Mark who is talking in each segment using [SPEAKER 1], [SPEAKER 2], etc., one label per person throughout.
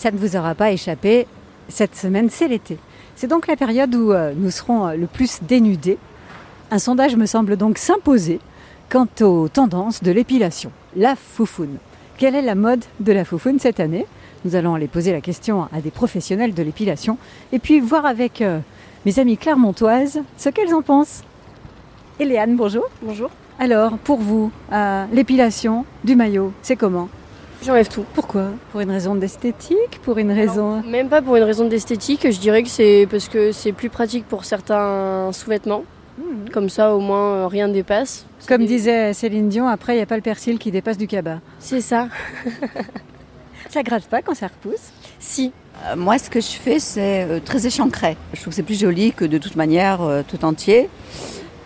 [SPEAKER 1] Ça ne vous aura pas échappé, cette semaine, c'est l'été. C'est donc la période où euh, nous serons euh, le plus dénudés. Un sondage me semble donc s'imposer quant aux tendances de l'épilation, la foufoune. Quelle est la mode de la foufoune cette année Nous allons aller poser la question à des professionnels de l'épilation et puis voir avec euh, mes amies clermontoises ce qu'elles en pensent. Eliane, bonjour.
[SPEAKER 2] Bonjour.
[SPEAKER 1] Alors, pour vous, euh, l'épilation du maillot, c'est comment
[SPEAKER 2] J'enlève tout.
[SPEAKER 1] Pourquoi Pour une raison d'esthétique Pour une raison...
[SPEAKER 2] Même pas pour une raison d'esthétique, je dirais que c'est parce que c'est plus pratique pour certains sous-vêtements.
[SPEAKER 1] Mhm.
[SPEAKER 2] Comme ça, au moins, euh, rien ne dépasse. C'est
[SPEAKER 1] Comme
[SPEAKER 2] des-
[SPEAKER 1] disait Céline Dion, après, il n'y a pas le persil qui dépasse du cabas.
[SPEAKER 2] C'est ça.
[SPEAKER 1] Ça gratte pas quand ça repousse
[SPEAKER 2] Si.
[SPEAKER 3] Euh, Moi, ce que je fais, c'est euh, très échancré. Je trouve que c'est plus joli que de toute manière euh, tout entier.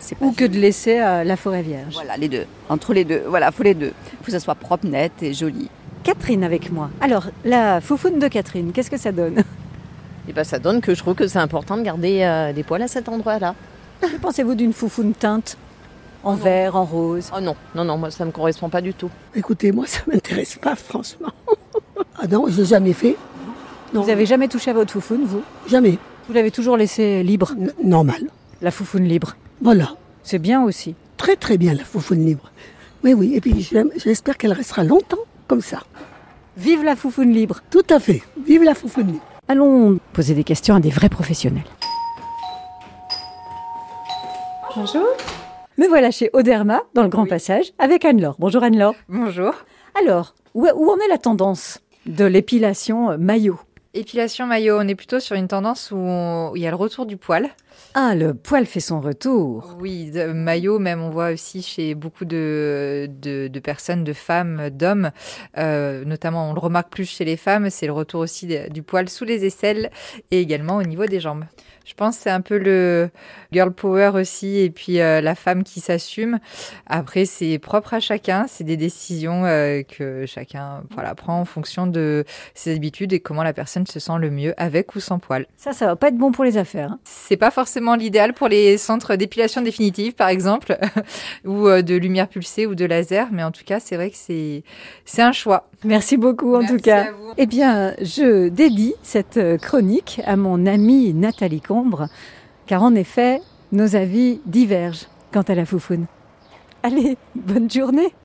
[SPEAKER 3] C'est pas
[SPEAKER 1] Ou que de
[SPEAKER 3] joli.
[SPEAKER 1] laisser euh, la forêt vierge.
[SPEAKER 3] Voilà, les deux. Entre les deux. Voilà, faut les deux. Faut que ça soit propre, net et joli.
[SPEAKER 1] Catherine avec moi. Alors, la foufoune de Catherine, qu'est-ce que ça donne
[SPEAKER 4] Et ben ça donne que je trouve que c'est important de garder euh, des poils à cet endroit-là.
[SPEAKER 1] Que pensez-vous d'une foufoune teinte En vert, en rose
[SPEAKER 4] Oh non, non, non, moi ça me correspond pas du tout.
[SPEAKER 5] Écoutez, moi, ça m'intéresse pas, franchement. ah non, je l'ai jamais fait. Non,
[SPEAKER 1] Vous avez jamais touché à votre foufoune, vous
[SPEAKER 5] jamais.
[SPEAKER 1] Vous l'avez toujours laissée libre,
[SPEAKER 5] N- normal.
[SPEAKER 1] la foufoune libre.
[SPEAKER 5] Voilà.
[SPEAKER 1] C'est bien aussi.
[SPEAKER 5] Très, très bien, la foufoune libre. Oui, oui. Et puis, j'aime- j'espère qu'elle restera longtemps comme ça.
[SPEAKER 1] Vive la foufoune libre
[SPEAKER 5] Tout à fait. Vive la foufoune libre.
[SPEAKER 1] Allons poser des questions à des vrais professionnels. Bonjour. Me voilà chez Oderma, dans le Grand Passage, avec Anne-Laure. Bonjour Anne-Laure.
[SPEAKER 6] Bonjour.
[SPEAKER 1] Alors, où, où en est la tendance de l'épilation euh, maillot
[SPEAKER 6] Épilation maillot, on est plutôt sur une tendance où on- où il y a le retour du poil.
[SPEAKER 1] Ah, le poil fait son retour.
[SPEAKER 6] Oui, de- maillot même, on voit aussi chez beaucoup de, de, de personnes, de femmes, d'hommes, euh, notamment on le remarque plus chez les femmes, c'est le retour aussi de- du poil sous les aisselles et également au niveau des jambes. Je pense que c'est un peu le girl power aussi et puis euh, la femme qui s'assume. Après, c'est propre à chacun, c'est des décisions euh, que chacun voilà, prend en fonction de ses habitudes et comment la personne se sent le mieux avec ou sans poil.
[SPEAKER 1] Ça, ça va pas être bon pour les affaires. hein.
[SPEAKER 6] C'est pas forcément l'idéal pour les centres d'épilation définitive, par exemple, ou euh, de lumière pulsée ou de laser, mais en tout cas, c'est vrai que c'est c'est un choix.
[SPEAKER 1] Merci beaucoup en
[SPEAKER 6] Merci
[SPEAKER 1] tout cas.
[SPEAKER 6] à vous.
[SPEAKER 1] Eh bien, je dédie cette euh, chronique à mon amie Nathalie Combre, car en effet, nos avis divergent quant à la foufoune. Allez, bonne journée